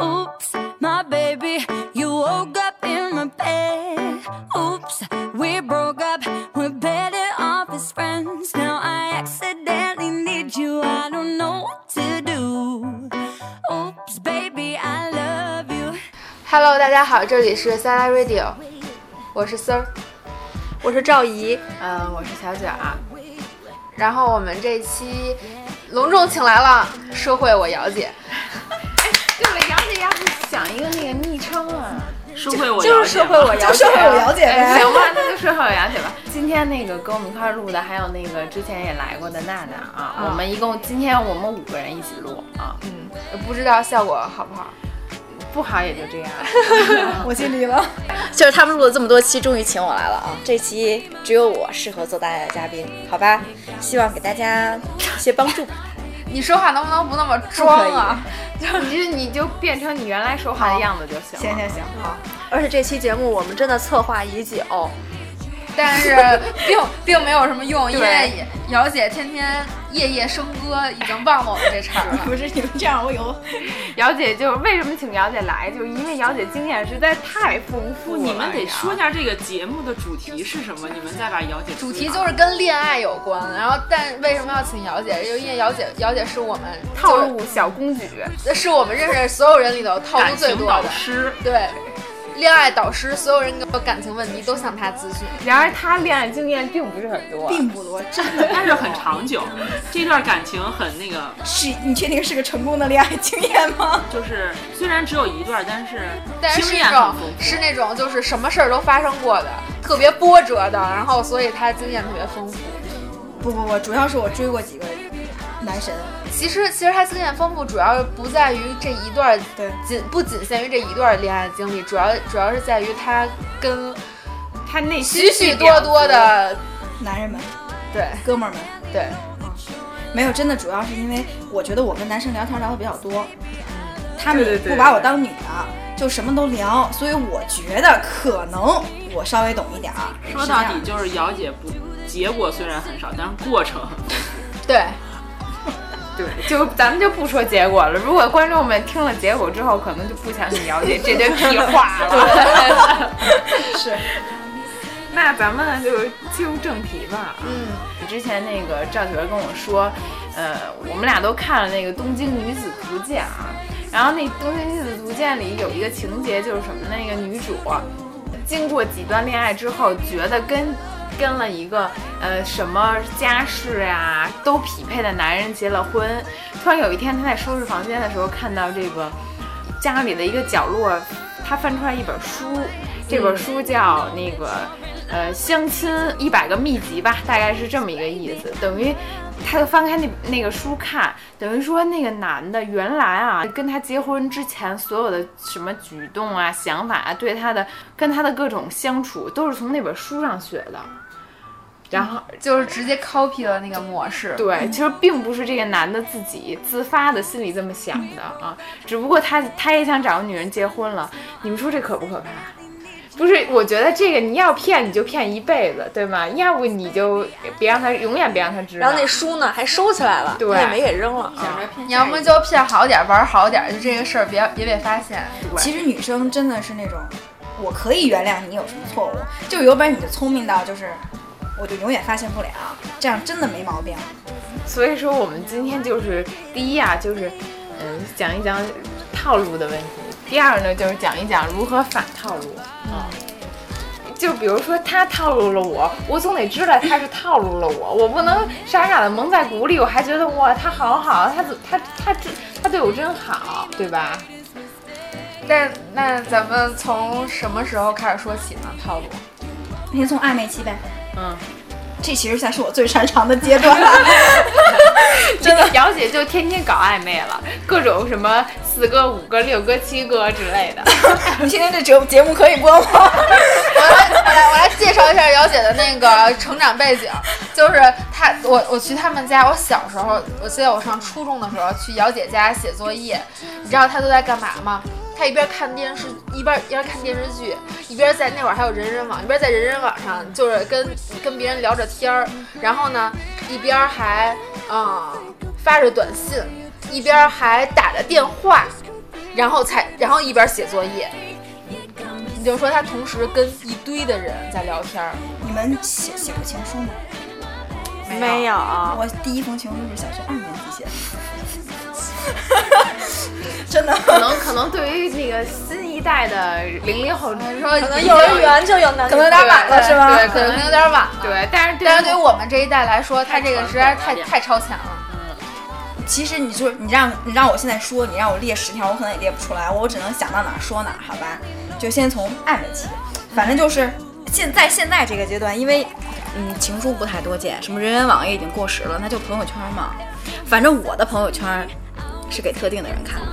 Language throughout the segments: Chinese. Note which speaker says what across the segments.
Speaker 1: Oops, my baby, you woke up in my bed. Oops, we broke up. We're better off as friends. Now I accidentally need you. I don't know what to do. Oops, baby, I love you.
Speaker 2: Hello，大家好，这里是 s a l a Radio，我是丝儿，我是赵怡，嗯、我是小卷儿。然后我们这期隆重请来了社会我姚姐，
Speaker 3: 对了，杨子杨子想一个那个昵称啊，
Speaker 4: 社会我
Speaker 5: 就是社会我
Speaker 2: 啊
Speaker 5: 了解，就社会我了解
Speaker 3: 哎
Speaker 5: 呗。
Speaker 3: 行吧，那就社会我了解吧。今天那个跟我们一块儿录的，还有那个之前也来过的娜娜啊，我们一共今天我们五个人一起录啊，
Speaker 5: 嗯
Speaker 2: 不知道效果好不好？
Speaker 3: 不好也就 这样。
Speaker 5: 我尽力了。
Speaker 6: 就是他们录了这么多期，终于请我来了啊！这期只有我适合做大家的嘉宾，好吧？希望给大 家一些帮助吧。
Speaker 2: 你说话能不能不那么装啊？
Speaker 3: 你就你就变成你原来说话的样子就行了。
Speaker 5: 行行行，
Speaker 6: 而且这期节目我们真的策划已久，
Speaker 2: 但是并并没有什么用，因为姚姐天天夜夜笙歌，已经忘了我们这茬 儿了。
Speaker 5: 不是你们这样，我有
Speaker 3: 姚姐就是为什么请姚姐来，就是因为姚姐经验实在太丰
Speaker 6: 哎
Speaker 3: 富了。
Speaker 4: 你们得说一下这个节目的主题是什么，你们再把姚姐
Speaker 2: 主题就是跟恋爱有关，然后但为什么要请姚姐？就因为姚姐，姚姐是我们
Speaker 3: 套，路小公举，
Speaker 2: 就是是我们认识的所有人里头套
Speaker 4: 感
Speaker 2: 路最
Speaker 4: 情
Speaker 2: 多
Speaker 4: 导
Speaker 2: 的。
Speaker 4: 师，
Speaker 2: 对，恋爱导师，所有人有感情问题都向他咨询。
Speaker 3: 然而她恋爱经验并不是很多。
Speaker 5: 并不多，真的
Speaker 4: 但是很长久，这段感情很那个，
Speaker 5: 是你确定是个成功的恋爱经验吗？
Speaker 4: 就是虽然只有一段，但是
Speaker 2: 但是是
Speaker 4: 经验
Speaker 2: 那
Speaker 4: 很
Speaker 2: 种
Speaker 4: 丰富。
Speaker 2: 是那种就是什么事儿都发生过的，特别波折的，然后所以他经验特别丰富。
Speaker 5: 不不不，主要是我追过几个男神，
Speaker 2: 其实其实他经验丰富主要不在于这一段
Speaker 5: 对，
Speaker 2: 仅不仅限于这一段恋爱经历，主要主要是在于他跟
Speaker 3: 她内心
Speaker 2: 许许多多的
Speaker 5: 男人们，
Speaker 2: 对
Speaker 5: 哥们儿们。
Speaker 2: 对
Speaker 5: 没有，真的主要是因为我觉得我跟男生聊天聊的比较多，他
Speaker 4: 对
Speaker 5: 们
Speaker 4: 对对
Speaker 5: 不把我当女的，就什么都聊，所以我觉得可能我稍微懂一点儿。
Speaker 4: 说
Speaker 5: 是这
Speaker 4: 到
Speaker 5: 样
Speaker 4: 底就是姚姐不，结果虽然很少，但是过程很丰
Speaker 2: 对，
Speaker 3: 对，就咱们就不说结果了。如果观众们听了结果之后，可能就不想去了解这堆屁 话了。
Speaker 5: 是，
Speaker 3: 那咱们就进入正题吧。
Speaker 2: 嗯，
Speaker 3: 之前那个赵姐跟我说，呃，我们俩都看了那个《东京女子图鉴》啊，然后那《东京女子图鉴》里有一个情节就是什么呢？那个女主啊经过几段恋爱之后，觉得跟跟了一个呃什么家世啊都匹配的男人结了婚，突然有一天她在收拾房间的时候看到这个家里的一个角落，她翻出来一本书，这本书叫那个。呃，相亲一百个秘籍吧，大概是这么一个意思。等于她就翻开那那个书看，等于说那个男的原来啊，跟她结婚之前所有的什么举动啊、想法啊，对她的跟她的各种相处，都是从那本书上学的。然后，
Speaker 2: 就是直接 copy 了那个模式。
Speaker 3: 对，其实并不是这个男的自己自发的心里这么想的啊，只不过他他也想找个女人结婚了。你们说这可不可怕？不是，我觉得这个你要骗你就骗一辈子，对吗？要不你就别让他永远别让他知道。
Speaker 6: 然后那书呢还收起来了，
Speaker 3: 对
Speaker 6: 他也没给扔了。啊
Speaker 2: 你要么就骗好点儿，玩好点儿，就这个事儿别别被发现。
Speaker 5: 其实女生真的是那种，我可以原谅你有什么错误，就有本事你就聪明到就是，我就永远发现不了，这样真的没毛病。
Speaker 3: 所以说我们今天就是第一啊，就是嗯讲一讲套路的问题；第二呢，就是讲一讲如何反套路啊。就比如说他套路了我，我总得知道他是套路了我，我不能傻傻的蒙在鼓里，我还觉得哇他好好，他怎他他这他对我真好，对吧？
Speaker 2: 但那咱们从什么时候开始说起呢？套路？
Speaker 5: 先从暧昧期呗，
Speaker 3: 嗯，
Speaker 5: 这其实算是我最擅长的阶段了。
Speaker 3: 真的，姚姐就天天搞暧昧了，各种什么四哥、五哥、六哥、七哥之类的。
Speaker 5: 你今天这节节目可以播吗？
Speaker 2: 我来我来我来介绍一下姚姐的那个成长背景，就是她，我我去他们家，我小时候，我记得我上初中的时候去姚姐家写作业，你知道她都在干嘛吗？她他一边看电视，一边一边看电视剧，一边在那会儿还有人人网，一边在人人网上就是跟跟别人聊着天儿，然后呢，一边还嗯发着短信，一边还打着电话，然后才然后一边写作业。你就说他同时跟一堆的人在聊天儿，
Speaker 5: 你们写写过情书吗？
Speaker 6: 没有，
Speaker 5: 我第一封情书是小学二年级写的，真的。
Speaker 3: 可能可能对于那个新一代的零零后，
Speaker 2: 你说可
Speaker 6: 可能幼儿园就有男女，可能有点
Speaker 2: 晚
Speaker 5: 了是吧
Speaker 2: 对，可能有点晚了。
Speaker 3: 对，但是对
Speaker 2: 但是对于我们这一代来说，他这个实在是太太超前了。
Speaker 5: 其实你就是你让你让我现在说，你让我列十条，我可能也列不出来，我只能想到哪儿说哪儿，好吧？就先从暧昧期，反正就是现在现在这个阶段，因为嗯情书不太多见，什么人人网也已经过时了，那就朋友圈嘛。反正我的朋友圈是给特定的人看的，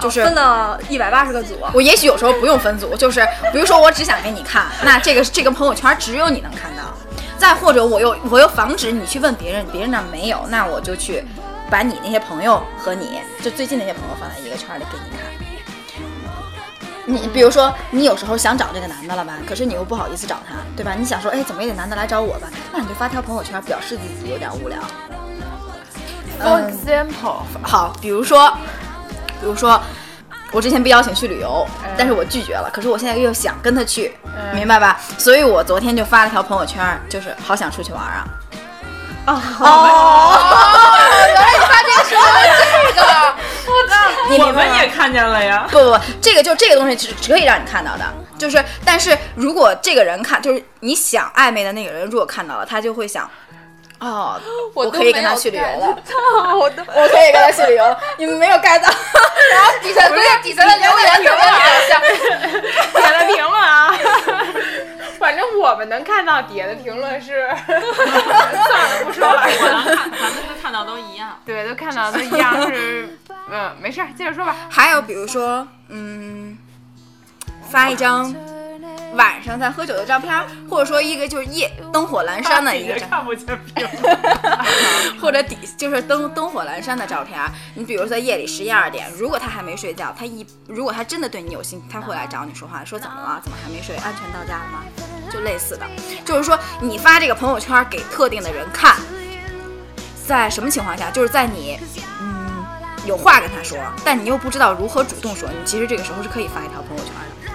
Speaker 5: 就是
Speaker 6: 哦分了一百八十个组。
Speaker 5: 啊我也许有时候不用分组，就是比如说我只想给你看，那这个这个朋友圈只有你能看到。再或者我又我又防止你去问别人，别人那儿没有，那我就去把你那些朋友和你就最近那些朋友放在一个圈里给你看。你比如说，你有时候想找这个男的了吧，可是你又不好意思找他，对吧？你想说，哎，怎么也得男的来找我吧？那你就发条朋友圈表示自己有点无聊。
Speaker 3: For example，
Speaker 5: 好，比如说，比如说，我之前被邀请去旅游，但是我拒绝了。可是我现在又想跟他去，明白吧？所以我昨天就发了条朋友圈，就是好想出去玩啊。
Speaker 4: 我们也看见了呀。
Speaker 5: 不不不，这个就这个东西只只可以让你看到的，就是但是如果这个人看，就是你想暧昧的那个人，如果看到了，他就会想。哦，我可以跟他去旅游了，我我可以跟他去旅游了，你们没有 get 到，
Speaker 2: 然后 底下不是底下的留言特别好笑，
Speaker 3: 点了评论啊。反正我们能看到底下的评论是， 算了，不说了。
Speaker 4: 我能看，咱们看到都一 样。
Speaker 3: 对，都看到都一样是，嗯，没事儿，接着说吧。
Speaker 5: 还有比如说，嗯，发一张晚上在喝酒的照片儿，或者说一个就是夜灯火阑珊的一个
Speaker 4: 也
Speaker 5: 照片
Speaker 4: 看不见屏幕。
Speaker 5: 儿，或者底就是灯灯火阑珊的照片儿。你比如在夜里十一二点，如果他还没睡觉，他一如果他真的对你有心，他会来找你说话，说怎么了？怎么还没睡？安全到家了吗？就类似的，就是说你发这个朋友圈儿给特定的人看，在什么情况下？就是在你嗯有话跟他说，但你又不知道如何主动说，你其实这个时候是可以发一条朋友圈的。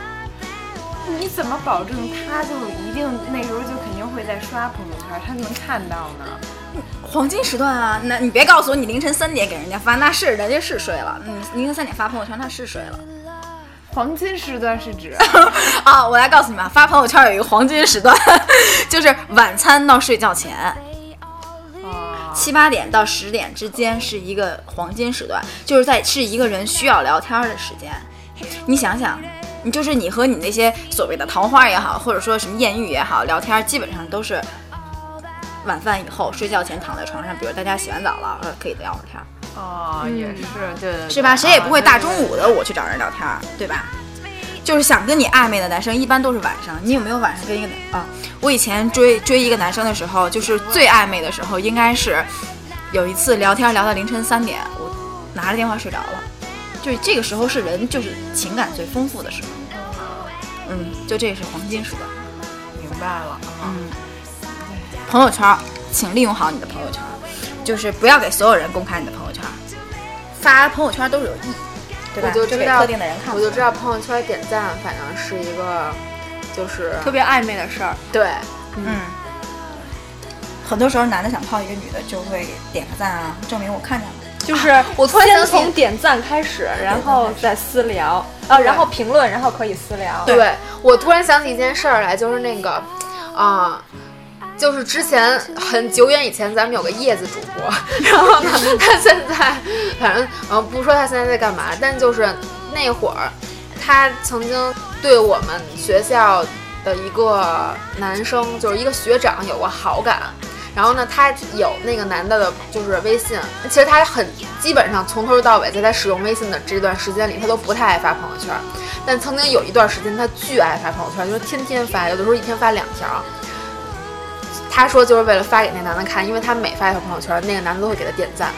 Speaker 3: 你怎么保证他就一定那时候就肯定会在刷朋友圈，他能看到呢？
Speaker 5: 黄金时段啊，那你别告诉我你凌晨三点给人家发，那是人家是睡了。嗯，凌晨三点发朋友圈，他是睡了。
Speaker 3: 黄金时段是指
Speaker 5: 啊，我来告诉你们啊，发朋友圈有一个黄金时段， 就是晚餐到睡觉前，
Speaker 3: 啊，
Speaker 5: 七八点到十点之间是一个黄金时段，就是在是一个人需要聊天的时间。你想想，你就是你和你那些所谓的桃花也好，或者说什么艳遇也好，聊天基本上都是晚饭以后，睡觉前躺在床上，比如大家洗完澡了，呃，可以聊会儿天。
Speaker 3: 哦，也是，对对对，
Speaker 5: 是吧？谁也不会大中
Speaker 3: 午。
Speaker 5: 午的我去找人聊天儿，对吧？就是想跟你暧昧的男生，一般都是晚上。你有没有晚上跟一个男啊？我以前追追一个男生的时候，就是最暧昧的时候，应该是有一次聊天聊到凌晨三点，我拿着电话睡着了。就是这个时候是人就是情感最丰富的时候，嗯，就这是黄金时段。
Speaker 3: 明白
Speaker 6: 啊
Speaker 3: 了，嗯，
Speaker 5: 朋友圈儿，请利用好你的朋友圈儿，就是不要给所有人公开你的朋友圈儿，发朋友圈儿都是有意义，对 吧？
Speaker 2: 我就
Speaker 5: 只给
Speaker 2: 知道
Speaker 5: 特定的人看，
Speaker 2: 我就知道朋友圈点赞，反正是一个，就是
Speaker 6: 特别暧昧的事儿，
Speaker 2: 对，
Speaker 5: 嗯，很多时候男的想泡一个女的，就会点个赞啊，证明我看上了。啊
Speaker 6: 就是我突然先从点赞开始，然后再私聊，啊，然后评论，然后可以私聊。
Speaker 2: 对我突然想起一件事儿来，就是那个，啊、就是之前很久远以前，咱们有个叶子主播， 然后呢，他现在反正呃不说他现在在干嘛，但就是那会儿，他曾经对我们学校的一个男生，就是一个学长有过好感。然后呢，他有那个男的的，就是微信。其实他很基本上从头到尾，在他使用微信的这段时间里，他都不太爱发朋友圈。但曾经有一段时间，他巨爱发朋友圈，就是天天发，有的时候一天发两条。他说就是为了发给那男的看，因为他每发一条朋友圈，那个男的都会给他点赞。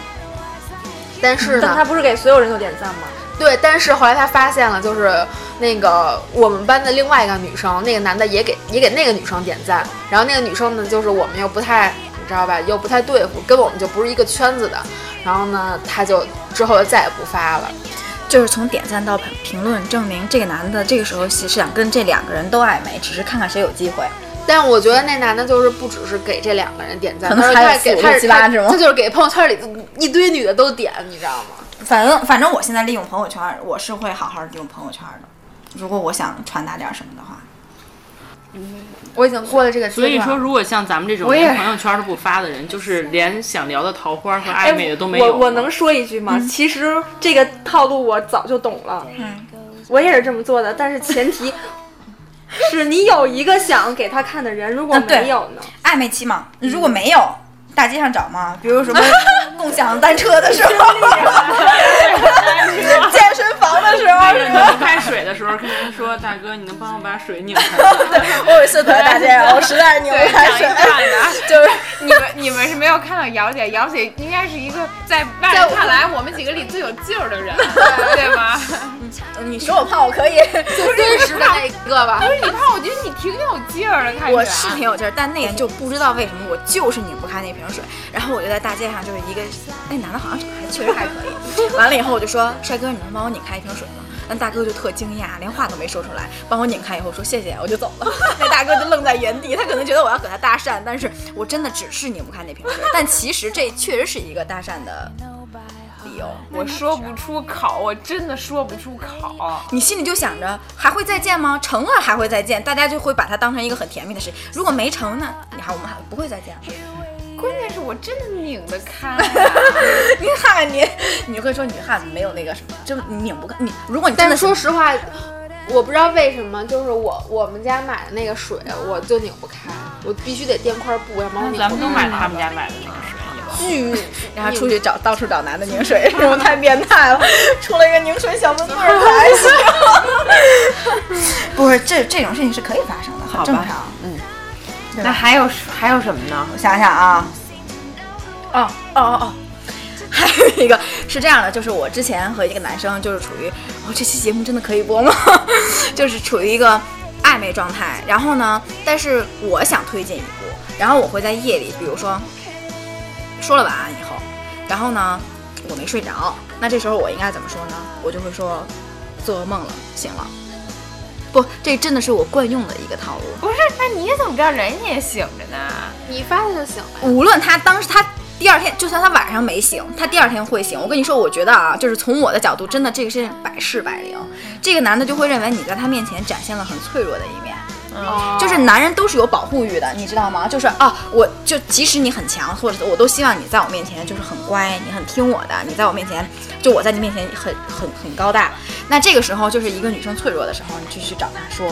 Speaker 2: 但是
Speaker 6: 但
Speaker 2: 呢，
Speaker 6: 他不是给所有人都点赞吗？
Speaker 2: 对，但是后来他发现了，就是那个我们班的另外一个女生，那个男的也给也给那个女生点赞，然后那个女生呢，就是我们又不太，你知道吧，又不太对付，跟我们就不是一个圈子的，然后呢，他就之后就再也不发了。
Speaker 5: 就是从点赞到评评论，证明这个男的这个时候是想跟这两个人都暧昧，只是看看谁有机会。
Speaker 2: 但我觉得那男的就是不只是给这两个人点赞，
Speaker 5: 可能
Speaker 2: 而是
Speaker 5: 还有
Speaker 2: 他给
Speaker 5: 四五
Speaker 2: 他
Speaker 5: 六
Speaker 2: 是
Speaker 5: 七八
Speaker 2: 他
Speaker 5: 是吗
Speaker 2: 他就是给朋友圈里一堆女的都点，你知道吗？
Speaker 5: 反正反正我现在利用朋友圈，我是会好好利用朋友圈的。如果我想传达点什么的话，
Speaker 2: 我已经过了这个阶
Speaker 4: 所
Speaker 2: 段。
Speaker 4: 以说，如果像咱们这种
Speaker 3: 我也
Speaker 4: 连朋友圈都不发的人，就是连想聊的桃花和
Speaker 7: 哎
Speaker 4: 暧昧的都没有。
Speaker 7: 我我能说一句吗？其实这个套路我早就懂了，我也是这么做的，但是前 提是你有一个想给他看的人，如果
Speaker 5: 啊对
Speaker 7: 没有呢？
Speaker 5: 暧昧期嘛，如果没有，大街上找嘛，比如什么共享单车的时候， 健身房的时候，
Speaker 4: 你们开水的时候跟人说：“大哥，你能帮我把水拧开吗？”
Speaker 5: 我有一次躲在大街上，我实在是拧不开水，
Speaker 3: 啊
Speaker 5: 就是
Speaker 3: 你们你们是没有看到姚姐，姚姐应该是一个在外人看来我们几个里最有劲儿的 人，对吧？
Speaker 5: 你说我胖我可以，
Speaker 2: 最真实的那一个吧
Speaker 3: 不，是你胖，我觉得你挺有劲儿的，看着啊
Speaker 5: 我是挺有劲儿，但那天就不知道为什么，我就是哎拧不开那瓶水。然后我就在大街上就是一个，那男的好像还确实还可以。完了以后我就说：“帅哥，你能帮我拧开一瓶水吗？”那大哥就特惊讶，连话都没说出来，帮我拧开以后说谢谢，我就走 了。那大哥就愣在原地，他可能觉得我要给他搭讪，但是我真的只是拧不开那瓶水。但其实这确实是一个搭讪的理由。
Speaker 3: 我说不出口，我真的说不出口。
Speaker 5: 你心里就想着还会再见吗？成了还会再见，大家就会把它当成一个很甜蜜的事。如果没成呢，你还我们还不会再见了。
Speaker 3: 关键是我真的拧得开、
Speaker 5: 你看看你，你会说女汉子没有那个什么，就你拧不开。你如果你真
Speaker 2: 但
Speaker 5: 的
Speaker 2: 是说实话，我不知道为什么，就是我我们家买的那个水，我就拧不开，我必须得垫块布，要不然我拧
Speaker 4: 咱
Speaker 2: 不
Speaker 4: 们
Speaker 2: 开。
Speaker 4: 都买他们家买的那个水。
Speaker 2: 巨，
Speaker 5: 然后出去找到处找男的拧水， 这种太变态了， 出了一个拧水小门棍儿还行。 不是，这这种事情是可以发生的，很正
Speaker 3: 吧
Speaker 5: 常。
Speaker 3: 那还有还有什么呢？
Speaker 5: 我想想啊，哦哦哦 哦，还有一个是这样的，就是我之前和一个男生就是处于，我、这期节目真的可以播吗？ 就是处于一个暧昧状态，然后呢，但是我想推进一步，然后我会在夜里，比如说说了晚安以后，然后呢，我没睡着，那这时候我应该怎么说呢？我就会说做噩梦了，醒了。不，这真的是我惯用的一个套路。
Speaker 3: 不是，那你怎么知道人家也醒着呢？
Speaker 2: 你发的就行了。
Speaker 5: 无论他当时他第二天，就算他晚上没醒，他第二天会醒。我跟你说，我觉得啊，就是从我的角度，真的这个事情百试百灵。这个男的就会认为你在他面前展现了很脆弱的一面。就是男人都是有保护欲的，你知道吗？就是啊，我就即使你很强，或者我都希望你在我面前就是很乖，你很听我的，你在我面前，就我在你面前很很很高大。那这个时候就是一个女生脆弱的时候，你就去找她说，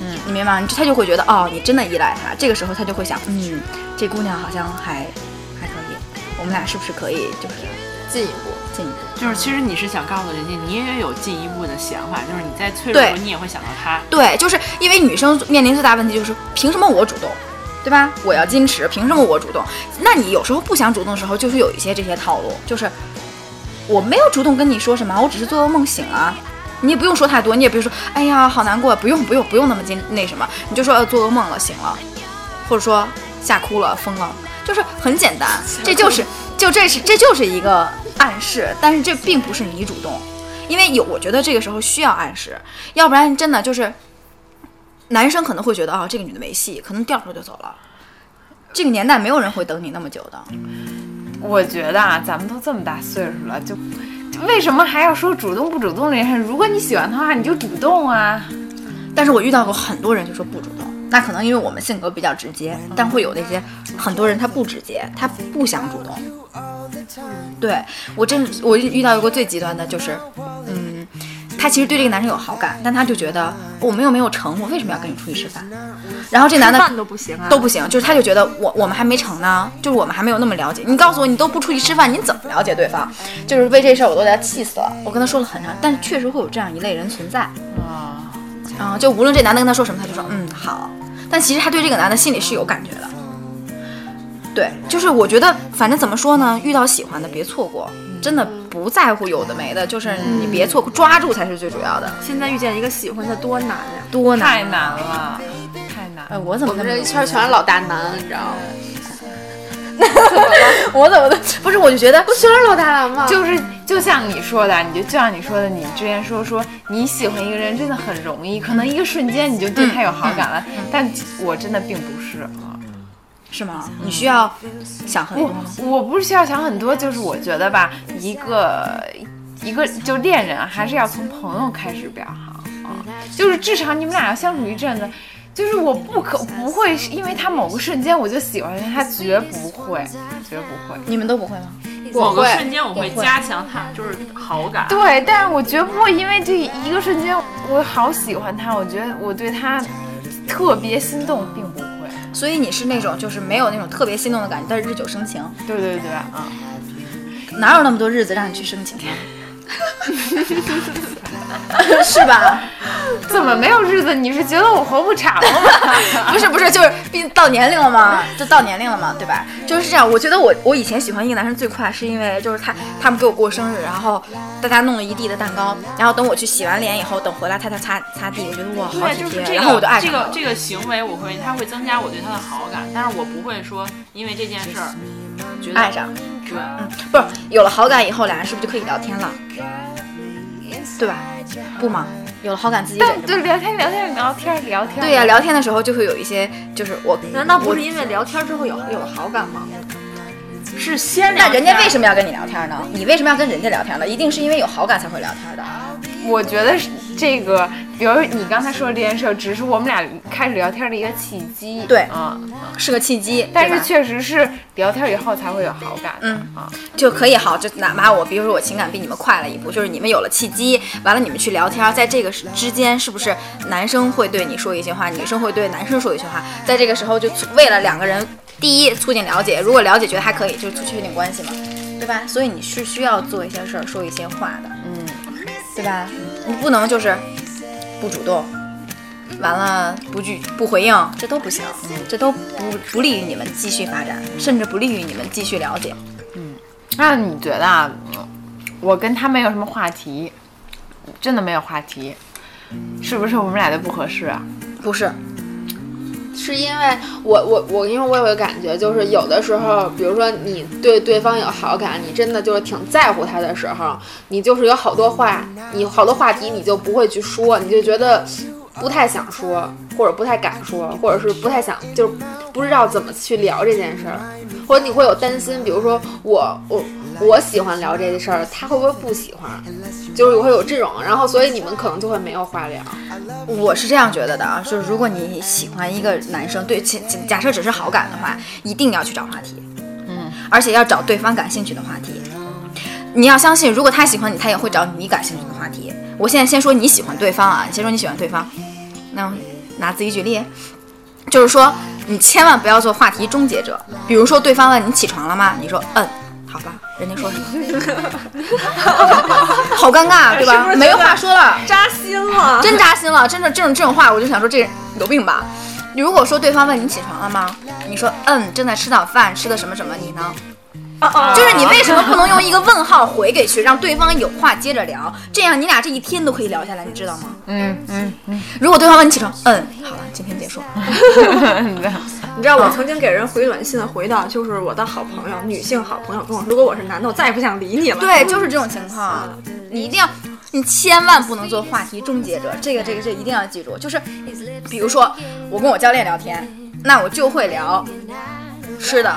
Speaker 5: 嗯，你明白吗？你他就会觉得哦，你真的依赖他。这个时候他就会想，嗯，这姑娘好像还还可以，我们俩是不是可以就是
Speaker 2: 进一步，
Speaker 5: 进一步？
Speaker 4: 就是其实你是想告诉人家，你也有进一步的想法，就是你在脆弱
Speaker 5: 对
Speaker 4: 的时候，你也会想到他。
Speaker 5: 对，就是因为女生面临最大问题就是凭什么我主动，对吧？我要矜持，凭什么我主动？那你有时候不想主动的时候，就是有一些这些套路，就是我没有主动跟你说什么，我只是做噩梦醒啊。你也不用说太多，你也不用说，哎呀，好难过，不用不用不用那么精那什么，你就说、呃、做噩梦了，醒了，或者说吓哭了，疯了，就是很简单，这就是就这是这就是一个暗示，但是这并不是你主动，因为有我觉得这个时候需要暗示，要不然真的就是男生可能会觉得啊、这个女的没戏，可能掉头就走了。这个年代没有人会等你那么久的，
Speaker 3: 我觉得啊，咱们都这么大岁数了，就就为什么还要说主动不主动这件事？如果你喜欢的话，你就主动啊。
Speaker 5: 但是我遇到过很多人就说不主动，那可能因为我们性格比较直接，但会有那些很多人他不直接，他不想主动。对我真我遇到过最极端的就是，嗯，他其实对这个男生有好感，但他就觉得哦我们又没有成，我为什么要跟你出去吃饭？然后这男的
Speaker 7: 饭都不行啊，
Speaker 5: 都不行，就是他就觉得我我们还没成呢，就是我们还没有那么了解。你告诉我，你都不出去吃饭，你怎么了解对方？就是为这事儿我都要气死了。我跟他说了很长，但是确实会有这样一类人存在。啊、就无论这男的跟他说什么，他就说嗯好，但其实他对这个男的心里是有感觉的。嗯对，就是我觉得，反正怎么说呢，遇到喜欢的别错过，真的不在乎有的没的，就是你别错过，抓住才是最主要的。
Speaker 7: 现在遇见一个喜欢的多难呀、
Speaker 5: 多难！
Speaker 3: 太难了，太难了。
Speaker 5: 哎，我怎
Speaker 2: 我
Speaker 5: 么
Speaker 2: 们
Speaker 5: 那么
Speaker 2: 这一圈全是老大难，你知道吗？
Speaker 4: 嗯
Speaker 5: 我 怎么的？不是，我就觉得
Speaker 2: 不全是老大难吗？
Speaker 3: 就是就像你说的，你就就像你说的，你之前说说你喜欢一个人真的很容易，可能一个瞬间你就对他有好感了，但我真的并不是啊。
Speaker 5: 是吗？你需要想很多
Speaker 3: 我
Speaker 5: 吗？
Speaker 3: 我不是需要想很多，就是我觉得吧，一个一个就恋人啊还是要从朋友开始比较好啊，就是至少你们俩要相处一阵子。就是我不可不会，因为他某个瞬间我就喜欢上他，绝不会，绝不会。
Speaker 5: 你们都不会吗？
Speaker 2: 我
Speaker 4: 某个
Speaker 2: 会
Speaker 4: 瞬间我会加强他就是好感，
Speaker 3: 对，但是我绝不会因为这一个瞬间，我好喜欢他，我觉得我对他特别心动，并不会。
Speaker 5: 所以你是那种就是没有那种特别心动的感觉，但是日久生情，
Speaker 3: 对对对，啊，
Speaker 5: 哪有那么多日子让你去生情呀？ 是吧？
Speaker 3: 怎么没有日子？你是觉得我活不长了 吗？
Speaker 5: 不是不是，就是毕到年龄了嘛，就到年龄了嘛，对吧？就是这样。我觉得我我以前喜欢一个男生最快，是因为就是他他们给我过生日，然后大家弄了一地的蛋糕，然后等我去洗完脸以后，等回来他才擦擦地，我觉得哇好
Speaker 4: 对，
Speaker 5: 体
Speaker 4: 就是
Speaker 5: 贴，
Speaker 4: 这个
Speaker 5: 然后我就爱上
Speaker 4: 这
Speaker 5: 了
Speaker 4: 个这个行为，我会它会增加我对他的好感，但是我不会说因为这件事儿觉得
Speaker 5: 爱上。
Speaker 4: 对，
Speaker 5: 不是有了好感以后，俩人是不是就可以聊天了？对吧？不吗？有了好感自己
Speaker 3: 但
Speaker 5: 忍着
Speaker 3: 对
Speaker 5: 吗。
Speaker 3: 聊天聊天聊天聊天，
Speaker 5: 对呀、聊天的时候就会有一些，就是我
Speaker 7: 难道不是因为聊天之后有有了好感吗？
Speaker 4: 是先
Speaker 5: 那人家为什么要跟你聊天呢？你为什么要跟人家聊天呢？一定是因为有好感才会聊天的。
Speaker 3: 我觉得是这个，比如你刚才说的这件事儿，只是我们俩开始聊天的一个契机。
Speaker 5: 对
Speaker 3: 啊，
Speaker 5: 是个契机，
Speaker 3: 但
Speaker 5: 嗯对
Speaker 3: 是
Speaker 5: 吧
Speaker 3: 确实是聊天以后才会有好感的。
Speaker 5: 嗯
Speaker 3: 啊，
Speaker 5: 就可以好，就哪怕我，比如说我情感比你们快了一步，就是你们有了契机，完了你们去聊天，在这个时之间，是不是男生会对你说一些话，女生会对男生说一些话，在这个时候就促为了两个人，第一促进了解，如果了解觉得还可以，就是促确定关系嘛，对吧？所以你是需要做一些事儿，说一些话的，嗯，对吧？你不能就是不主动。完了不拒不回应，这都不行，这都不不利于你们继续发展，甚至不利于你们继续了解。
Speaker 3: 那你觉得啊，嗯我跟他没有什么话题，真的没有话题，是不是我们俩就不合适啊？
Speaker 5: 不是，
Speaker 2: 是因为我我我，因为我有个感觉，就是有的时候，比如说你对对方有好感，你真的就是挺在乎他的时候，你就是有好多话，你好多话题你就不会去说，你就觉得不太想说，或者不太敢说，或者是不太想，就是不知道怎么去聊这件事儿，或者你会有担心，比如说我我我喜欢聊这事儿，他会不会不喜欢？就是会有这种，然后所以你们可能就会没有话聊。
Speaker 5: 我是这样觉得的啊，就是如果你喜欢一个男生，对，假假假设只是好感的话，一定要去找话题，嗯，而且要找对方感兴趣的话题。你要相信，如果他喜欢你，他也会找你感兴趣的话题。我现在先说你喜欢对方啊，你先说你喜欢对方，那拿自己举例，就是说你千万不要做话题终结者。比如说对方问你起床了吗？你说嗯，好吧，人家说什么？ 好尴尬，对吧？没有话说了。
Speaker 7: 扎心
Speaker 3: 啊
Speaker 7: 了，
Speaker 5: 真扎心了，真的这种这种话，我就想说这人有病吧。如果说对方问你起床了吗？你说嗯，正在吃早饭，吃的什么什么，你呢？
Speaker 3: 哦
Speaker 5: 就是你为什么不能用一个问号回给去，让对方有话接着聊？这样你俩这一天都可以聊下来，你知道吗？
Speaker 3: 嗯嗯，
Speaker 5: 如果对方问你起床，嗯，好了，今天结束。
Speaker 7: 你知道我曾经给人回短信的回的，就是我的好朋友，女性好朋友跟我说，如果我是男的，我再也不想理你了。
Speaker 5: 对，就是这种情况，你一定要，你千万不能做话题终结者，这个这个这个一定要记住，就是比如说我跟我教练聊天，那我就会聊吃的。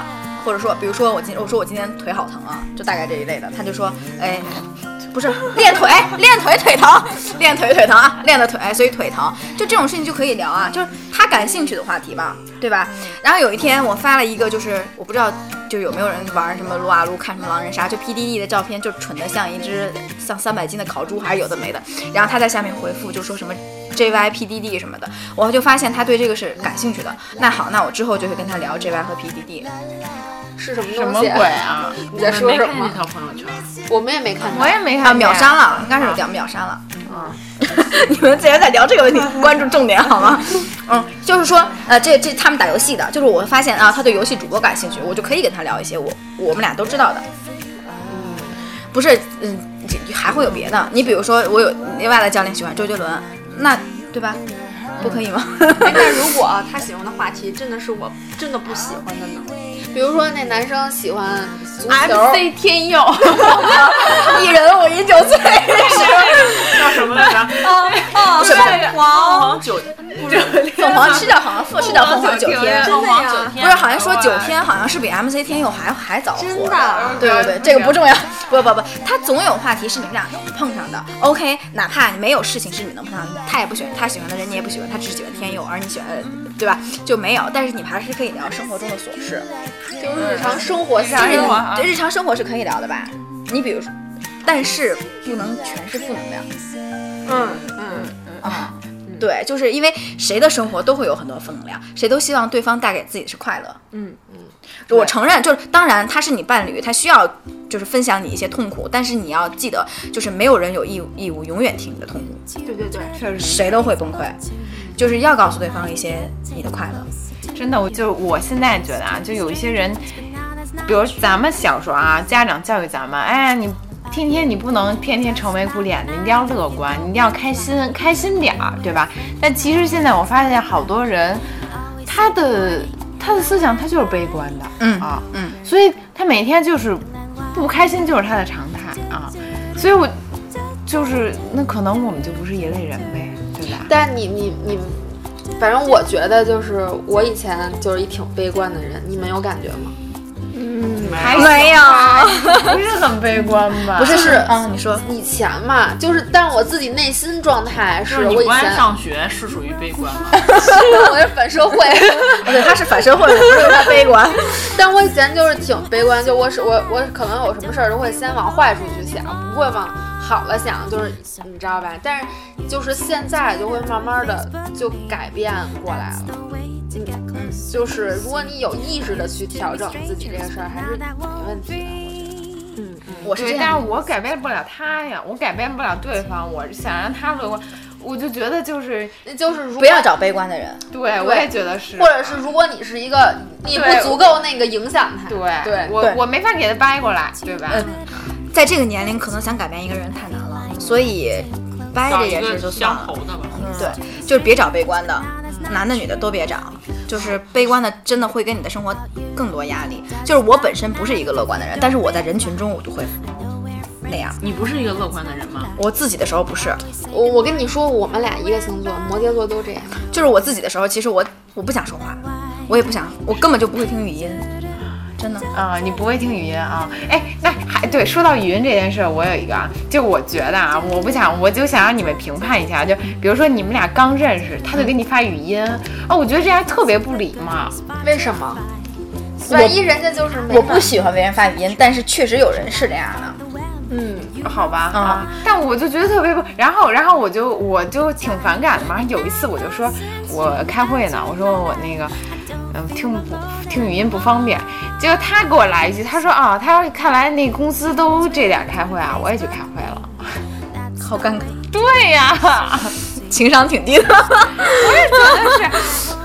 Speaker 5: 或者说，比如说我今我说我今天腿好疼啊，就大概这一类的，他就说，哎，不是练腿，练腿腿疼，练腿腿疼啊，练的腿，所以腿疼，就这种事情就可以聊啊，就是他感兴趣的话题吧，对吧？然后有一天我发了一个，就是我不知道就有没有人玩什么撸啊撸，看什么狼人杀，就 PDD 的照片，就蠢的像一只像三百斤的烤猪，还是有的没的。然后他在下面回复就说什么 JYPDD 什么的，我就发现他对这个是感兴趣的。那好，那我之后就会跟他聊 JY 和 PDD。
Speaker 2: 是什么
Speaker 3: 什
Speaker 2: 东
Speaker 3: 么
Speaker 2: 西？
Speaker 3: 鬼啊？
Speaker 2: 你在说
Speaker 4: 没
Speaker 2: 什
Speaker 4: 看
Speaker 2: 么
Speaker 4: 见？他朋友圈，
Speaker 2: 我们也没看到。
Speaker 3: 我也没看
Speaker 5: 啊，
Speaker 3: 见
Speaker 5: 秒删了，应该是秒秒删了。 你们既然在聊这个问题，关注重点好吗？嗯，就是说，呃，这这他们打游戏的，就是我发现啊，他对游戏主播感兴趣，我就可以跟他聊一些我我们俩都知道的。不是，嗯，这还会有别的。你比如说，我有另外的教练喜欢周杰伦，那对吧？不可以吗？
Speaker 8: 哎但如果啊他喜欢的话题真的是我真的不喜欢的呢？
Speaker 2: 比如说那男生喜欢足球，
Speaker 3: MC 天佑，
Speaker 5: 一人我饮酒醉，
Speaker 4: 叫什么来着？
Speaker 5: 什么
Speaker 4: 凤凰九
Speaker 5: 凤凰吃掉好像凤吃掉凤凰九天，
Speaker 4: 凤凰九天啊
Speaker 5: 不是好像说九天好像是比 MC 天佑还还早火
Speaker 8: 真的，
Speaker 2: 啊
Speaker 5: 对对对，这个不重要，不不不，他总有话题是你们俩能碰上的。OK，哪怕你没有事情是你们能碰上的，他也不喜欢他喜欢的人，你也不喜欢，他只喜欢天佑，而你喜欢的，对吧？就没有，但是你们还是可以聊生活中的琐事，嗯
Speaker 2: 就是日常生活
Speaker 5: 就
Speaker 2: 下
Speaker 5: 是
Speaker 2: 日
Speaker 4: 活啊
Speaker 5: 对日常生活是可以聊的吧？你比如说，但是不能全是负能量。
Speaker 7: 嗯，
Speaker 5: 啊，对，就是因为谁的生活都会有很多负能量，谁都希望对方带给自己的是快乐。
Speaker 7: 嗯
Speaker 5: 嗯，我承认，就是当然他是你伴侣，他需要就是分享你一些痛苦，但是你要记得，就是没有人有义务义务永远听你的痛苦，
Speaker 7: 对对对，
Speaker 5: 谁都会崩溃，就是要告诉对方一些你的快乐。
Speaker 3: 真的，我就我现在觉得啊，就有一些人，比如咱们小时候啊，家长教育咱们，哎呀，你天天你不能天天愁眉苦脸的，你一定要乐观，你一定要开心，开心点儿，对吧？但其实现在我发现好多人，他的他的思想他就是悲观的，
Speaker 5: 嗯
Speaker 3: 啊，
Speaker 5: 嗯，
Speaker 3: 所以他每天就是不开心就是他的常态啊，所以我就是那可能我们就不是一类人呗，对吧？
Speaker 2: 但你你你，反正我觉得就是我以前就是一挺悲观的人，你们有感觉吗？
Speaker 4: 哦
Speaker 3: 还
Speaker 5: 没有，啊
Speaker 3: 不是很悲观吧？
Speaker 5: 不是是嗯，你说
Speaker 2: 以前嘛，就是，但是我自己内心状态
Speaker 4: 就是是你
Speaker 2: 我以
Speaker 4: 不爱
Speaker 2: 前
Speaker 4: 上学是属于悲观吗？
Speaker 2: 我是反 社会，
Speaker 5: 对，他是反社会，我 不是他悲观。
Speaker 2: 但我以前就是挺悲观，就我是我我可能有什么事儿都会先往坏处去想，不会往好了想，就是你知道吧？但是就是现在就会慢慢的就改变过来了。嗯，就是如果你有意识的去调整自己这个事儿，还是没问题的。嗯
Speaker 5: 我是这
Speaker 3: 对，
Speaker 5: 样
Speaker 3: 但是我改变不了他呀，我改变不了对方，我想让他乐观，我就觉得就是，
Speaker 2: 那就是如
Speaker 5: 不要找悲观的人。
Speaker 3: 对我也觉得是，
Speaker 2: 或者是如果你是一个你不
Speaker 3: 对
Speaker 2: 足够那个影响他，
Speaker 3: 对
Speaker 2: 对
Speaker 3: 我
Speaker 5: 对
Speaker 3: 我没法给他掰过来，对吧？
Speaker 5: 在这个年龄，可能想改变一个人太难了，所以掰
Speaker 4: 找
Speaker 5: 着
Speaker 4: 一
Speaker 5: 也
Speaker 4: 个
Speaker 5: 是就算
Speaker 4: 相
Speaker 5: 了
Speaker 4: 投。的吧。
Speaker 5: 对，就是别找悲观的，男的女的都别找。就是悲观的，真的会给你的生活更多压力。就是我本身不是一个乐观的人，但是我在人群中我就会那样。
Speaker 4: 你不是一个乐观的人吗？
Speaker 5: 我自己的时候不是，
Speaker 2: 我我跟你说，我们俩一个星座，摩羯座都这样。
Speaker 5: 就是我自己的时候，其实我我不想说话，我也不想，我根本就不会听语音，真的。
Speaker 3: 啊、你不会听语音啊？哎，那还对，说到语音这件事儿，我有一个啊，就我觉得啊，我不想，我就想让你们评判一下，就比如说你们俩刚认识，他就给你发语音啊、我觉得这样特别不礼貌。
Speaker 2: 为什么？万一人家就是没
Speaker 5: 我不喜欢别人发语音，但是确实有人是这样的。
Speaker 3: 好吧
Speaker 5: 嗯
Speaker 3: 啊，但我就觉得特别不，然后然后我就我就挺反感的嘛。有一次我就说我开会呢，我说我那个嗯听不听语音不方便，结果他给我来一句，他说啊，他说看来那公司都这点儿开会啊，我也去开会了。
Speaker 5: 好尴尬，
Speaker 3: 对呀、
Speaker 5: 情商 挺低的。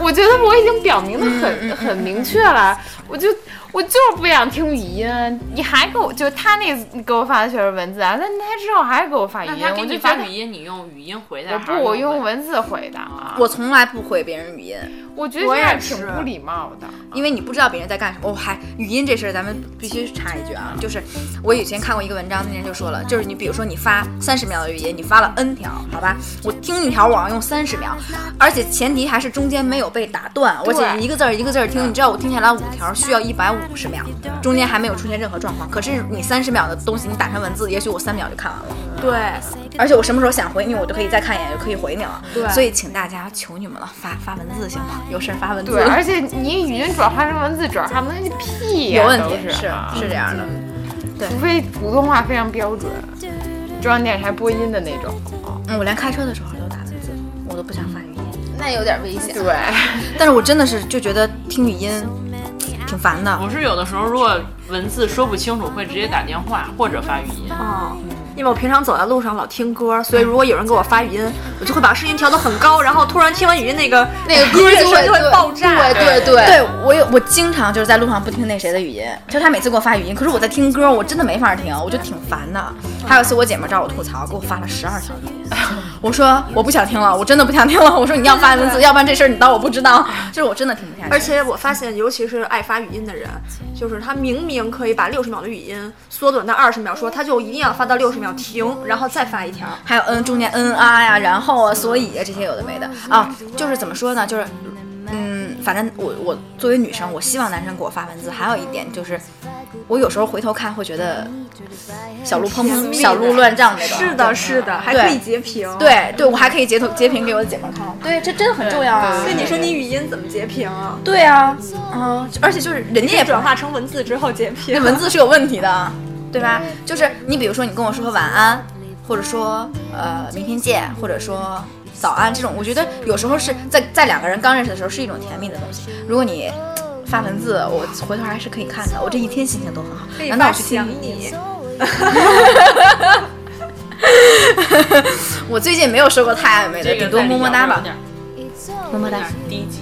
Speaker 3: 我觉得我已经表明的
Speaker 5: 嗯
Speaker 3: 很、很明确了，我就我就是不想听语音，你还给我就他那次给我发的全是文字啊，但他之后还给我发语
Speaker 4: 那
Speaker 3: 音，
Speaker 4: 他给
Speaker 3: 我
Speaker 4: 你
Speaker 3: 就
Speaker 4: 发
Speaker 3: 觉得
Speaker 4: 语音，你用语音回答。
Speaker 3: 我不我用。文字回答啊，
Speaker 5: 我从来不回别人语音，
Speaker 3: 我觉得这样挺不礼貌的。
Speaker 5: 因为你不知道别人在干什么。哦，还语音这事儿，咱们必须插一句啊，就是我以前看过一个文章，那人就说了，就是你比如说你发三十秒的语音，你发了 N 条，好吧，我听一条我要用三十秒，而且前提还是中间没有被打断，而且一个字儿一个字儿听，你知道我听下来五条需要一百五十秒，中间还没有出现任何状况。可是你三十秒的东西，你打成文字，也许我三秒就看完了。
Speaker 8: 对，
Speaker 5: 而且我什么时候想回你，我就可以再看一眼，就可以回你了。对，所以请大家求你们了，发发文字行吗？有事儿发文字。
Speaker 3: 对，而且你语音转化成文字转化成屁呀、
Speaker 5: 有问
Speaker 3: 都
Speaker 5: 题，
Speaker 3: 是啊
Speaker 5: 是这样的。
Speaker 3: 除非普通话非常标准，中央电视台播音的那种。
Speaker 5: 嗯，我连开车的时候都打文字，我都不想发语音。
Speaker 2: 那有点危险。
Speaker 3: 对，
Speaker 5: 但是我真的是就觉得听语音挺烦的。
Speaker 4: 我是有的时候，如果文字说不清楚，会直接打电话或者发语音。
Speaker 8: 哦，因为我平常走在路上老听歌，所以如果有人给我发语音，我就会把声音调得很高，然后突然听完语音那个
Speaker 2: 那个歌
Speaker 8: 就会就会爆炸。
Speaker 2: 对对对
Speaker 5: 对我有，我经常就是在路上不听那谁的语音，就是他每次给我发语音，可是我在听歌，我真的没法听，我就挺烦的。还有一次我姐们儿找我吐槽，给我发了十二条语音， 我说我不想听了，我真的不想听了。我说你要发文字，要不然这事儿你当我不知道， 就是我真的听不下去。
Speaker 8: 而且我发现，尤其是爱发语音的人，就是他明明可以把六十秒的语音缩短到二十秒说，他就一定要发到六十秒停，然后再发一条。
Speaker 5: 还有嗯，中间嗯啊呀，然后啊，所以啊，这些有的没的啊，就是怎么说呢，就是嗯，反正我我作为女生，我希望男生给我发文字。还有一点就是，我有时候回头看会觉得小鹿砰砰，小鹿乱撞那种。
Speaker 8: 是的，是的，还可以截屏。，
Speaker 5: 对对，我还可以截图截屏给我的姐们儿看。对，这真的很重要啊
Speaker 8: 所以你说你语音怎么截屏啊？
Speaker 5: 对啊，嗯，而且就是人家也不
Speaker 8: 转化成文字之后截屏。
Speaker 5: 文字是有问题的， 对吧？就是你比如说你跟我说晚安，或者说呃明天见，或者说早安这种，我觉得有时候是在在两个人刚认识的时候是一种甜蜜的东西。如果你嘖发文字，我回头还是可以看的，我这一天心情都很好。难道我去听？
Speaker 8: 你？
Speaker 5: 我最近没有说过太暧昧的，
Speaker 4: 这
Speaker 5: 顶
Speaker 4: 个
Speaker 5: 多
Speaker 4: 在
Speaker 5: 么么哒吧
Speaker 4: 有。点
Speaker 8: 嗯
Speaker 5: 么么
Speaker 4: 有
Speaker 5: 哒
Speaker 4: 点，低级。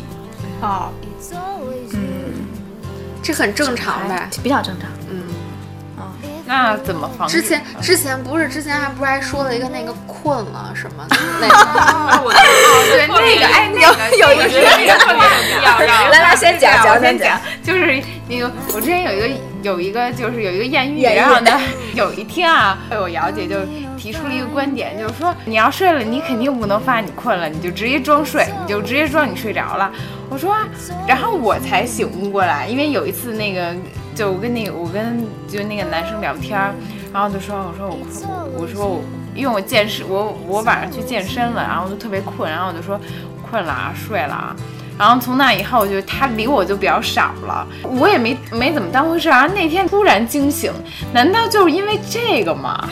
Speaker 2: 这很正常呗。
Speaker 5: 比较正常。
Speaker 3: 那怎么防啊
Speaker 2: 之
Speaker 3: 止？
Speaker 2: 前之前不是之前还不是还说了一个那个困了什 么的那个，
Speaker 4: 啊我觉 得哦对那个哎那个有有觉得那个特别有必要让。
Speaker 5: 来来，先讲
Speaker 3: 对
Speaker 5: 讲
Speaker 3: 我先
Speaker 5: 先讲。
Speaker 3: 就是那个，我之前有一个有一个就是有一个艳遇，
Speaker 5: 艳遇
Speaker 3: 然后呢，有一天啊，被我姚姐就提出了一个观点，就是说你要睡了，你肯定不能发你困了，你就直接装睡，你就直接装你睡着了。我说啊，然后我才醒悟过来，因为有一次那个，就我跟那个我跟就那个男生聊天儿，然后就说我说我困，我说我因为我健身，我我晚上去健身了，然后就特别困，然后我就说困了啊，睡了啊。然后从那以后，我就他理我就比较少了，我也没没怎么当回事儿。然后那天突然惊醒，难道就是因为这个 吗？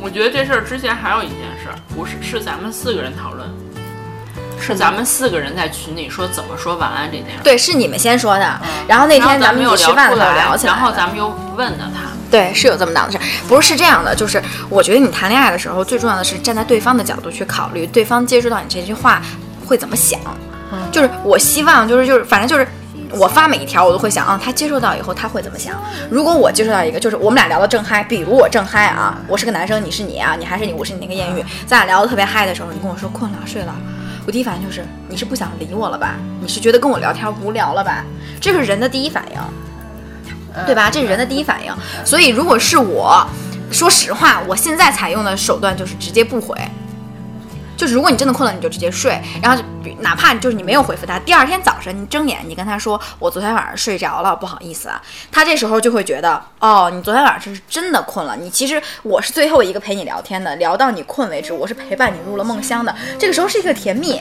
Speaker 4: 我觉得这事儿之前还有一件事儿，不是是咱们四个人讨论，是咱们四个人在群里说怎么说晚安这件事。
Speaker 5: 对，是你们先说的，嗯然后那
Speaker 4: 然后
Speaker 5: 天咱
Speaker 4: 们
Speaker 5: 们一
Speaker 4: 又
Speaker 5: 起吃饭
Speaker 4: 出
Speaker 5: 的时候
Speaker 4: 来，
Speaker 5: 聊起来
Speaker 4: 然
Speaker 5: 了，
Speaker 4: 后咱们又问的他，
Speaker 5: 对，是有这么档子事儿，不是是这样的，就是我觉得你谈恋爱的时候，最重要的是站在对方的角度去考虑，对方接触到你这句话会怎么想。就是我希望，就是就是，反正就是我发每一条，我都会想啊，他接受到以后他会怎么想。如果我接受到一个，就是哦我们俩聊得正嗨，比如我正嗨啊，我是个男生，你是你啊，你还是你，我是你那个艳遇，咱俩聊得特别嗨的时候，你跟我说困了睡了。我第一反应就是你是不想理我了吧？你是觉得跟我聊天无聊了吧？这是人的第一反应。对吧？这是人的第一反应。所以如果是我，说实话，我现在采用的手段就是直接不回。就是如果你真的困了，你就直接睡，然后就比哪怕就是你没有回复他，第二天早晨你睁眼，你跟他说我昨天晚上睡着了，不好意思啊，他这时候就会觉得哦，你昨天晚上是真的困了，你其实我是最后一个陪你聊天的，聊到你困为止，我是陪伴你入了梦乡的，这个时候是一个甜蜜，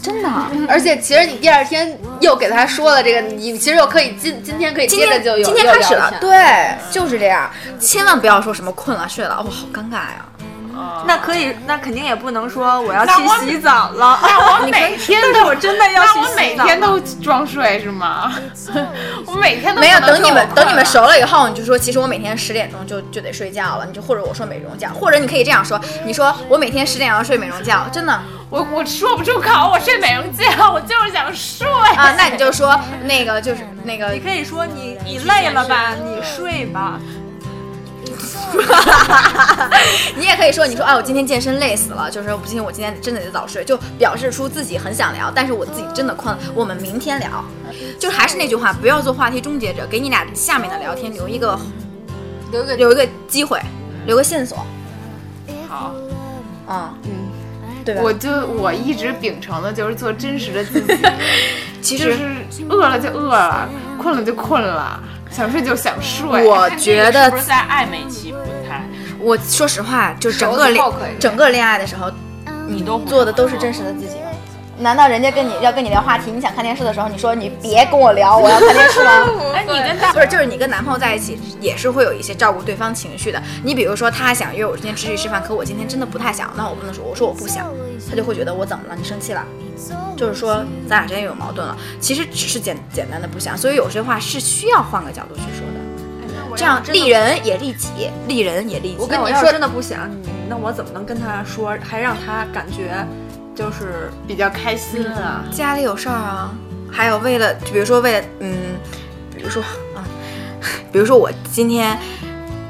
Speaker 5: 真的。
Speaker 2: 而且其实你第二天又给他说了这个，你其实又可以今今天可以
Speaker 5: 今
Speaker 2: 接着
Speaker 5: 天
Speaker 2: 就有
Speaker 5: 今天
Speaker 2: 又
Speaker 5: 开始
Speaker 2: 聊
Speaker 5: 了
Speaker 2: 天，
Speaker 5: 对，就是这样，千万不要说什么困了睡了，哦，好尴尬呀、
Speaker 8: 那可以，那肯定也不能说我要去
Speaker 3: 那我
Speaker 8: 洗澡了。
Speaker 3: 那我每天
Speaker 8: 但是我真的要去
Speaker 3: 那我每
Speaker 8: 洗澡
Speaker 3: 天
Speaker 8: 了
Speaker 3: 都装睡是吗？ 我每天都
Speaker 5: 没有，
Speaker 3: 不能
Speaker 5: 等你
Speaker 3: 说
Speaker 5: 们
Speaker 3: 我
Speaker 5: 等你
Speaker 3: 困
Speaker 5: 们
Speaker 3: 了
Speaker 5: 熟了以后，你就说，其实我每天十点钟就就得睡觉了，你就或者我说美容觉，或者你可以这样说，你说我每天十点要睡美容觉，真的啊，
Speaker 3: 我我说不出口，我睡美容觉， 我就是想睡。
Speaker 5: 啊 那你就说那个就是那个
Speaker 8: 你可以说你你累了吧，你睡吧。
Speaker 5: 你也可以说，你说啊，我今天健身累死了，就是不行，我今天真的得早睡，就表示出自己很想聊，但是我自己真的困了，我们明天聊。就是还是那句话，不要做话题终结者，给你俩下面的聊天留 一个
Speaker 2: 留一个
Speaker 5: 留一个机会，留个线索。
Speaker 3: 好，
Speaker 5: 嗯嗯，对吧？
Speaker 3: 我就我一直秉承的就是做真实的自 己，
Speaker 5: 其
Speaker 3: 就
Speaker 5: 实
Speaker 3: 是饿了就饿了，困了就困了，想睡就想睡。
Speaker 5: 我觉得
Speaker 4: 是不是在暧昧期不太，
Speaker 5: 我说实话，就整
Speaker 2: 手
Speaker 5: 个
Speaker 2: 指
Speaker 5: 恋
Speaker 2: 头可以
Speaker 5: 整个恋爱的时候，
Speaker 4: 你都不
Speaker 5: 做的都是真实的自己吗？难道人家跟你要跟你聊话题，你想看电视的时候，你说你别跟我聊，我要看电视吗？
Speaker 3: 哎，你跟他
Speaker 5: 不是，就是你跟男朋友在一起也是会有一些照顾对方情绪的。你比如说，他想约我今天出去吃饭，可我今天真的不太想，那我不能说，我说我不想，他就会觉得我怎么了？你生气了？就是说咱俩之间有矛盾了。其实只是简简单的不想，所以有些话是需要换个角度去说的。
Speaker 7: 我
Speaker 5: 这样
Speaker 7: 真的
Speaker 5: 利人也利己，利人也利己。
Speaker 7: 我跟你说，真的不想你，那我怎么能跟他说，还让他感觉就是
Speaker 3: 比较开心啊。
Speaker 5: 家里有事儿啊，还有为了，比如说为了，嗯，比如说啊， 比如说我今天，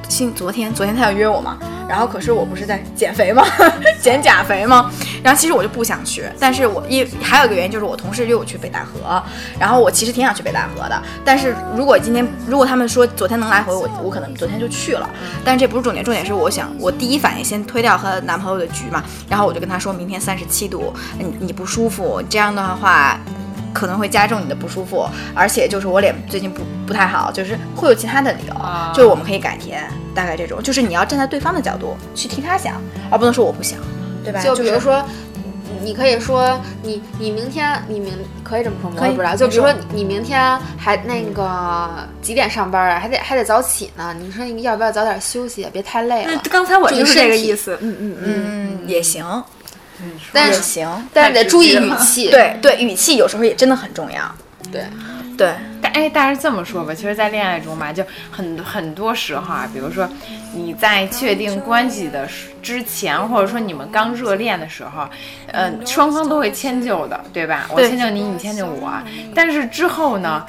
Speaker 5: 今昨天昨天他要约我嘛，然后可是我不是在减肥吗？ 减钾肥吗？然后其实我就不想去，但是我一还有一个原因就是我同事约我去北戴河，然后我其实挺想去北戴河的，但是如果今天如果他们说昨天能来回，我我可能昨天就去了，但是这不是重点，重点是我想我第一反应先推掉和男朋友的局嘛，然后我就跟他说明天三十七度，你你不舒服，这样的话。可能会加重你的不舒服，而且就是我脸最近不不太好，就是会有其他的理由，
Speaker 2: 啊
Speaker 5: 就是我们可以改天，大概这种，就是你要站在对方的角度去替他想，而不能说我不想，对吧？
Speaker 2: 哎就比
Speaker 5: 是
Speaker 2: 如说，你可以说你你明天你明可以这么说吗？我
Speaker 5: 以
Speaker 2: 也不知道。就比如说你你明天还那个几点上班啊？还得还得早起呢。你说你要不要早点休息？啊别太累
Speaker 8: 嗯
Speaker 2: 了。
Speaker 7: 刚才我就是这个意思，
Speaker 5: 嗯，也行，
Speaker 2: 但
Speaker 5: 也
Speaker 2: 是
Speaker 5: 行，
Speaker 2: 但是得注意语气。，
Speaker 5: 对对，语气有时候也真的很重要。
Speaker 2: 对
Speaker 5: 对，
Speaker 3: 但哎，但是这么说吧，其实，在恋爱中嘛，就很很多时候啊，比如说你在确定关系的时之前，或者说你们刚热恋的时候，嗯、双方都会迁就的，对吧？我迁就你，你迁就我。啊但是之后呢，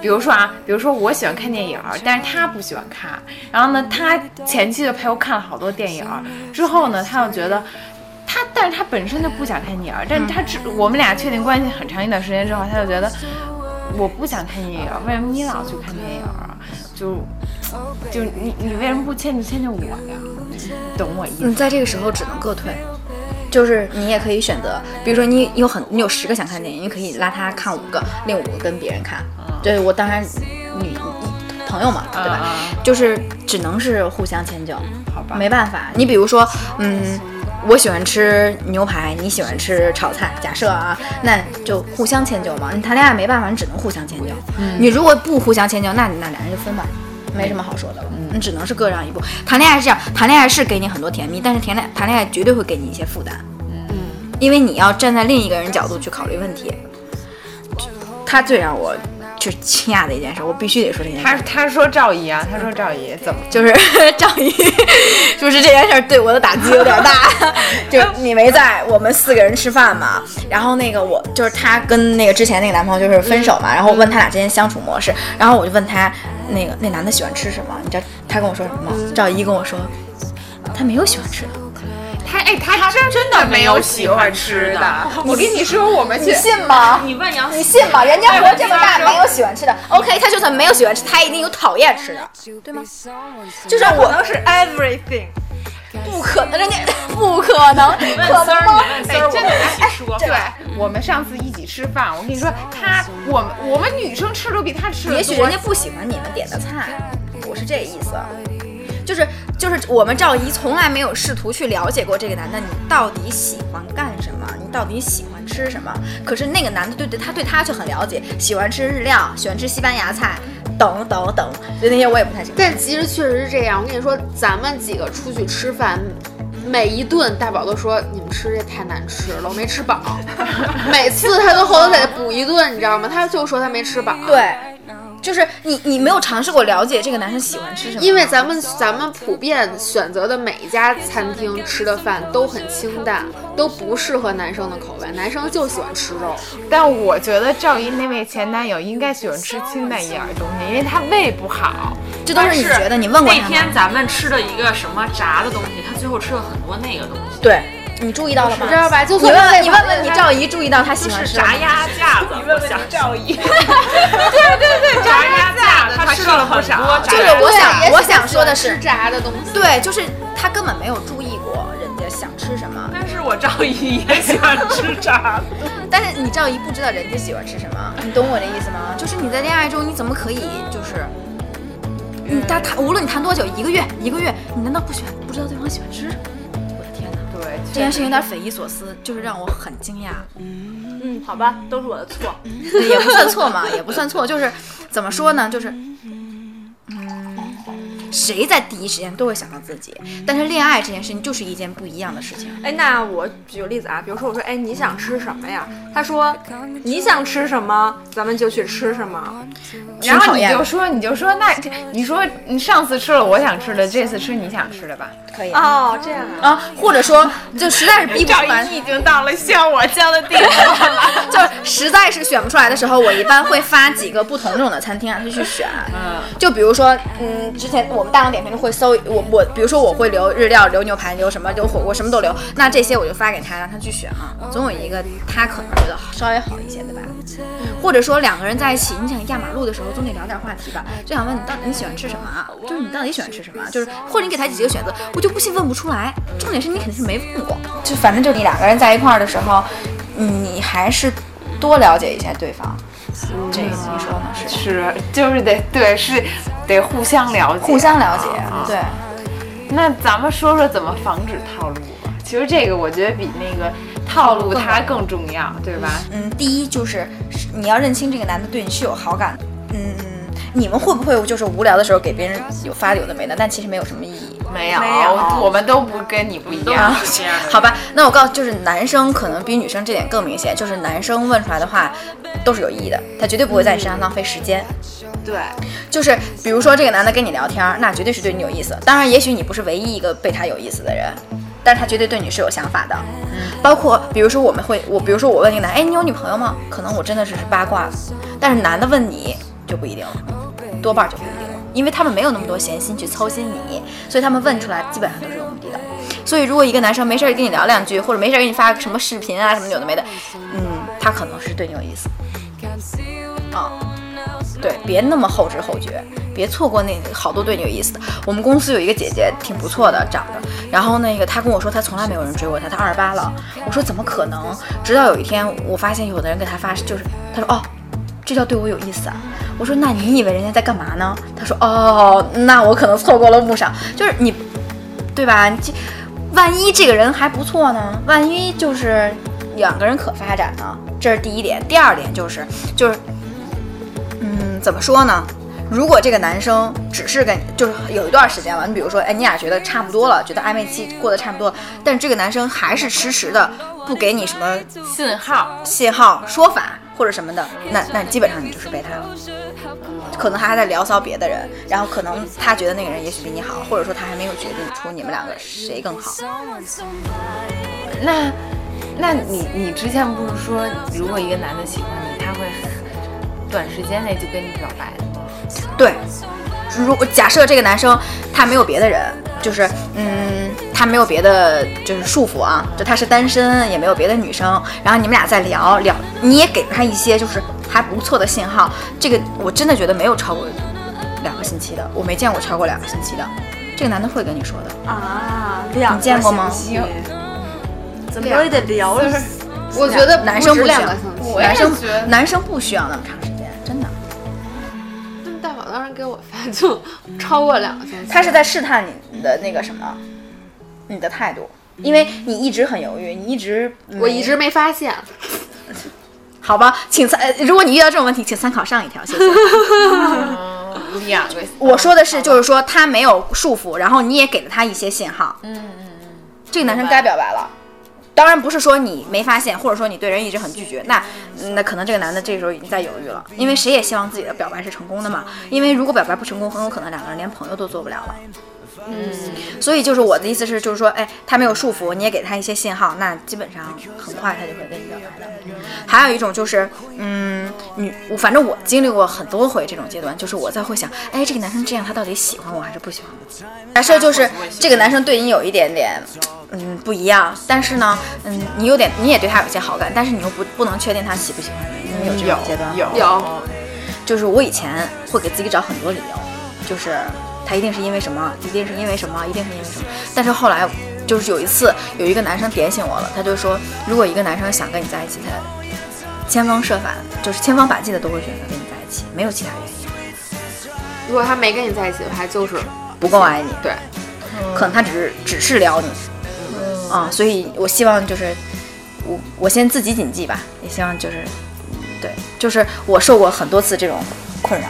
Speaker 3: 比如说啊，比如说我喜欢看电影儿，但是他不喜欢看，然后呢，他前期就陪我看了好多电影儿，之后呢，他又觉得。他，但是他本身就不想看电影儿，但是他只我们俩确定关系很长一段时间之后，他就觉得我不想看电影儿，为什么你老去看电影儿啊？就就你你为什么不迁就迁就我呀？你懂我意思吗？
Speaker 5: 嗯，在这个时候只能各退，就是你也可以选择，比如说你有很你有十个想看电影，你可以拉他看五个，另五个跟别人看。
Speaker 3: 嗯
Speaker 5: 对我当然女朋友嘛，对
Speaker 3: 嗯
Speaker 5: 吧？就是只能是互相迁就，
Speaker 3: 好吧
Speaker 5: 没办法。你比如说，嗯。我喜欢吃牛排，你喜欢吃炒菜。假设啊，那就互相迁就嘛。你谈恋爱没办法，你只能互相迁就。你如果不互相迁就，那你那俩人就分吧，没什么好说的了。你只能是各让一步。谈恋爱是这样，谈恋爱是给你很多甜蜜，但是谈恋谈恋爱绝对会给你一些负担。嗯，因为你要站在另一个人角度去考虑问题。他最让我就是惊讶的一件事，我必须得说这件事。
Speaker 3: 他他说赵姨啊，他说赵姨怎么？
Speaker 5: 就是 赵姨，就是这件事儿对我的打击有点大。 就是你没在，我们四个人吃饭嘛，然后那个我就是她跟那个之前那个男朋友就是分手嘛，然后问他俩之间相处模式，然后我就问他那个那男的喜欢吃什么，你知道他跟我说什么吗？赵姨跟我说他没有喜欢吃的，
Speaker 3: 他哎，他真真的没有喜欢吃的。我跟你说，我们去
Speaker 5: 信吗？
Speaker 4: 你问杨
Speaker 5: 你信吗？人家活这么大没有喜欢吃的，OK，他就算没有喜欢吃，他一定有讨厌吃的，对吗？就是我
Speaker 7: 可能是 everything。
Speaker 5: 不可能，人家不可能，可能吗？
Speaker 3: 哎，真的一起说。对，我们上次一起吃饭，我跟你说，他我们我们女生吃都比他吃的多。
Speaker 5: 也许人家不喜欢你们点的菜，我是这意思。啊就是就是我们赵姨从来没有试图去了解过这个男的，你到底喜欢干什么，你到底喜欢吃什么。可是那个男的对对他对他却很了解，喜欢吃日料，喜欢吃西班牙菜，等等等，所以那些我也不太喜欢。
Speaker 2: 但其实确实是这样。我跟你说，咱们几个出去吃饭。每一顿大宝都说你们吃这太难吃了，我没吃饱。 每次他都后头得补一顿，你知道吗？他就说他没吃饱。
Speaker 5: 对，就是你你没有尝试过了解这个男生喜欢吃什么，
Speaker 2: 因为咱们咱们普遍选择的每一家餐厅吃的饭都很清淡，都不适合男生的口味，男生就喜欢吃肉。
Speaker 3: 但我觉得赵姨那位前男友应该喜欢吃清淡一点的东西，因为他胃不好。
Speaker 5: 这都是你觉得你问过
Speaker 4: 那
Speaker 5: 他吗？
Speaker 4: 天咱们吃的一个什么炸的东西，他最后吃了很多那个东西，
Speaker 5: 对，你注意到了吗？
Speaker 2: 知道吧？就
Speaker 5: 你
Speaker 2: 算
Speaker 5: 问问
Speaker 2: 胃
Speaker 5: 你问问你赵姨注意到他喜欢吃什么
Speaker 4: 炸鸭 架子。我想
Speaker 3: 赵姨，对对对，炸鸭架子，他吃了很多炸
Speaker 5: 就是
Speaker 3: 鸭
Speaker 5: 我想
Speaker 2: 对
Speaker 5: 我想说的是
Speaker 2: 吃，炸的东西，
Speaker 5: 对，就是他根本没有注意过人家想吃什么，
Speaker 4: 但是我赵姨也喜欢吃炸的。
Speaker 5: 但是你赵姨不知道人家喜欢吃什么，你懂我的意思吗？就是你在恋爱中，你怎么可以就是，你他谈无论你谈多久，一个月一个月，你难道不喜欢不知道对方喜欢吃什么？我的天哪，
Speaker 3: 对，
Speaker 5: 这件事情有点匪夷所思，就是让我很惊讶。
Speaker 7: 嗯，好吧，都是我的错。
Speaker 5: 也不算错嘛，也不算错，就是怎么说呢，就是，嗯，谁在第一时间都会想到自己，但是恋爱这件事情就是一件不一样的事情。
Speaker 8: 哎，那我举个例子啊，比如说我说，哎，你想吃什么呀？他说你想吃什么，咱们就去吃什么。
Speaker 3: 然
Speaker 5: 挺
Speaker 3: 后
Speaker 5: 讨
Speaker 3: 你
Speaker 5: 厌
Speaker 3: 就
Speaker 5: 的
Speaker 3: 说，你就说，那这你说你上次吃了我想吃的，这次吃你想吃的吧？
Speaker 6: 可以。
Speaker 8: 哦，这样啊，
Speaker 5: 啊，或者说就实在是逼不
Speaker 3: 赵
Speaker 5: 出来
Speaker 3: 一，你已经到了需要我教的地步了。
Speaker 5: 就是实在是选不出来的时候，我一般会发几个不同这种的餐厅让他去选。嗯，就比如说，嗯，之前我们大众点评就会搜我我，比如说我会留日料、留牛排、留什么、留火锅，什么都留。那这些我就发给他，让他去选啊。总有一个他可能觉得稍微好一些的吧。或者说两个人在一起，你想压马路的时候总得聊点话题吧，就想问你到底你喜欢吃什么啊？就是你到底喜欢吃什么啊？就是或者你给他几个选择，我就不信问不出来。重点是你肯定是没问过，就反正就你两个人在一块儿的时候，嗯你还是多了解一下对方。这个你说呢？是
Speaker 3: 是，就是得对，是得互相了解，
Speaker 5: 互相了解，对。
Speaker 3: 那咱们说说怎么防止套路吧。其实这个我觉得比那个套路它更重要，对吧？
Speaker 5: 嗯，第一就是是你要认清这个男的对你是有好感的。嗯，你们会不会就是无聊的时候给别人有发有的没的，但其实没有什么意义？
Speaker 3: 没有，我们都不跟你不一样。
Speaker 4: 这样的
Speaker 5: 好吧，那我告诉，就是男生可能比女生这点更明显，就是男生问出来的话都是有意义的，他绝对不会在你身上浪费时间。
Speaker 3: 对，
Speaker 5: 就是比如说这个男的跟你聊天儿，那绝对是对你有意思。当然，也许你不是唯一一个被他有意思的人，但是他绝对对你是有想法的。包括比如说我们会，我比如说我问一个男，哎，你有女朋友吗？可能我真的只是八卦，但是男的问你就不一定了，多半儿就不一定了，因为他们没有那么多闲心去操心你，所以他们问出来基本上都是有目的的。所以如果一个男生没事儿跟你聊两句，或者没事儿给你发个什么视频啊什么有的没的，嗯，他可能是对你有意思。啊、对，别那么后知后觉，别错过那好多对你有意思的。我们公司有一个姐姐挺不错的，长着，然后那个她跟我说她从来没有人追过她，她二十八了。我说怎么可能？直到有一天我发现有的人给她发，就是她说哦。这叫对我有意思啊！我说，那你以为人家在干嘛呢？她说，哦，那我可能错过了不少。就是你，对吧？你这万一这个人还不错呢？万一就是两个人可发展呢？这是第一点。第二点就是，就是嗯，怎么说呢？如果这个男生只是跟就是有一段时间了，你比如说，哎，你俩觉得差不多了，觉得暧昧期过得差不多了，但这个男生还是迟迟的不给你什么
Speaker 4: 信号，
Speaker 5: 信号、说法或者什么的，那那基本上你就是被他了。可能他还在聊骚别的人，然后可能他觉得那个人也许比你好，或者说他还没有决定出你们两个谁更好。
Speaker 2: 嗯
Speaker 3: 那那你你之前不是说，如果一个男的喜欢你，他会短时间内就跟你表白的吗？
Speaker 5: 对，如果假设这个男生他没有别的人，就是嗯，他没有别的就是束缚啊，就他是单身，也没有别的女生，然后你们俩在聊聊，你也给他一些就是还不错的信号，这个我真的觉得没有超过两个星期的，我没见过超过两个星期的，这个男的会跟你说的，啊
Speaker 8: 两
Speaker 5: 你见过吗？
Speaker 8: 怎么着也得聊一下。
Speaker 2: 我觉得
Speaker 5: 男生不
Speaker 2: 止
Speaker 5: 需要
Speaker 2: 两个星期，
Speaker 5: 男生
Speaker 3: 觉得
Speaker 5: 男生不需要那么长时间，真的，
Speaker 2: 大宝当时给我发就超过两个星期。
Speaker 5: 他是在试探你的那个什么，你的态度。因为你一直很犹豫，你一直
Speaker 2: 我
Speaker 5: 没
Speaker 2: 一直没发现，
Speaker 5: 好吧，请参、呃如果你遇到这种问题，请参考上一条，谢谢。
Speaker 3: 两个
Speaker 5: 我说的是，就是说他没有束缚，然后你也给了他一些信号。嗯嗯嗯，这个男生该表白了。当然不是说你没发现，或者说你对人一直很拒绝，那那可能这个男的这个时候已经在犹豫了，因为谁也希望自己的表白是成功的嘛。因为如果表白不成功，很有可能两个人连朋友都做不了了。嗯，所以就是我的意思是，就是说，哎，他没有束缚，你也给他一些信号，那基本上很快他就会跟你表白的。还有一种就是，嗯，女，我反正我经历过很多回这种阶段，就是我在会想，哎，这个男生这样，他到底喜欢我还是不喜欢我？假设就是这个男生对你有一点点，嗯，不一样，但是呢，嗯，你有点，你也对他有些好感，但是你又不不能确定他喜不喜欢你，你们有这种阶段吗？
Speaker 3: 有
Speaker 2: 有
Speaker 5: 就是我以前会给自己找很多理由，就是他一定是因为什么，一定是因为什么，一定是因为什么。但是后来，就是有一次有一个男生点醒我了，他就说，如果一个男生想跟你在一起，他千方设法，就是千方百计的都会选择跟你在一起，没有其他原因，
Speaker 2: 如果他没跟你在一起的话，就是
Speaker 5: 不够爱你，
Speaker 2: 对，
Speaker 5: 可能他只是只是撩你，啊、所以我希望就是我我先自己谨记吧，也希望嗯就是对，就是我受过很多次这种困扰。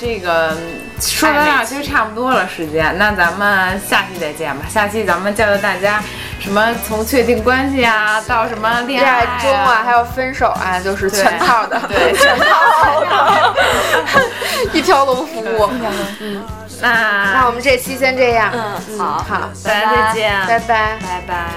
Speaker 3: 这个说咱俩其实差不多了时间，那咱们下期再见吧。下期咱们教教大家什么从确定关系啊到什么
Speaker 2: 恋
Speaker 3: 恋爱
Speaker 2: 爱中啊，还有分手啊，就是
Speaker 3: 对
Speaker 2: 全套 的，
Speaker 3: 对，
Speaker 2: 全套的， 一条龙服务。嗯那
Speaker 3: 那
Speaker 2: 我们这期先这样，嗯，好，好，
Speaker 3: 大家再见，
Speaker 2: 拜拜。
Speaker 3: 拜拜。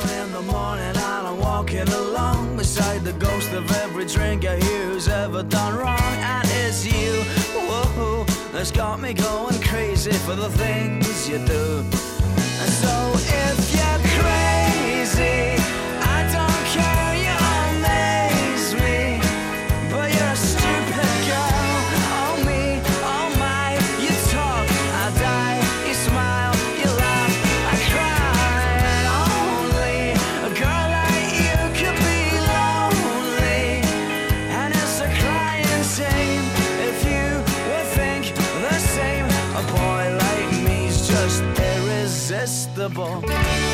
Speaker 9: four in the morning and I'm walking along beside the ghost of every drinker who's ever done wrong, and it's you. Whoa, that's got me going crazy for the things you do. And So if you're crazy, I don't care. You amaze me, but you're a stupid girl. Oh me, oh my, you talk, I die, you smile, you laugh, I cry. Only a girl like you could be lonely, and it's a crying shame if you would think the same. A boy like me's just irresistible. Oh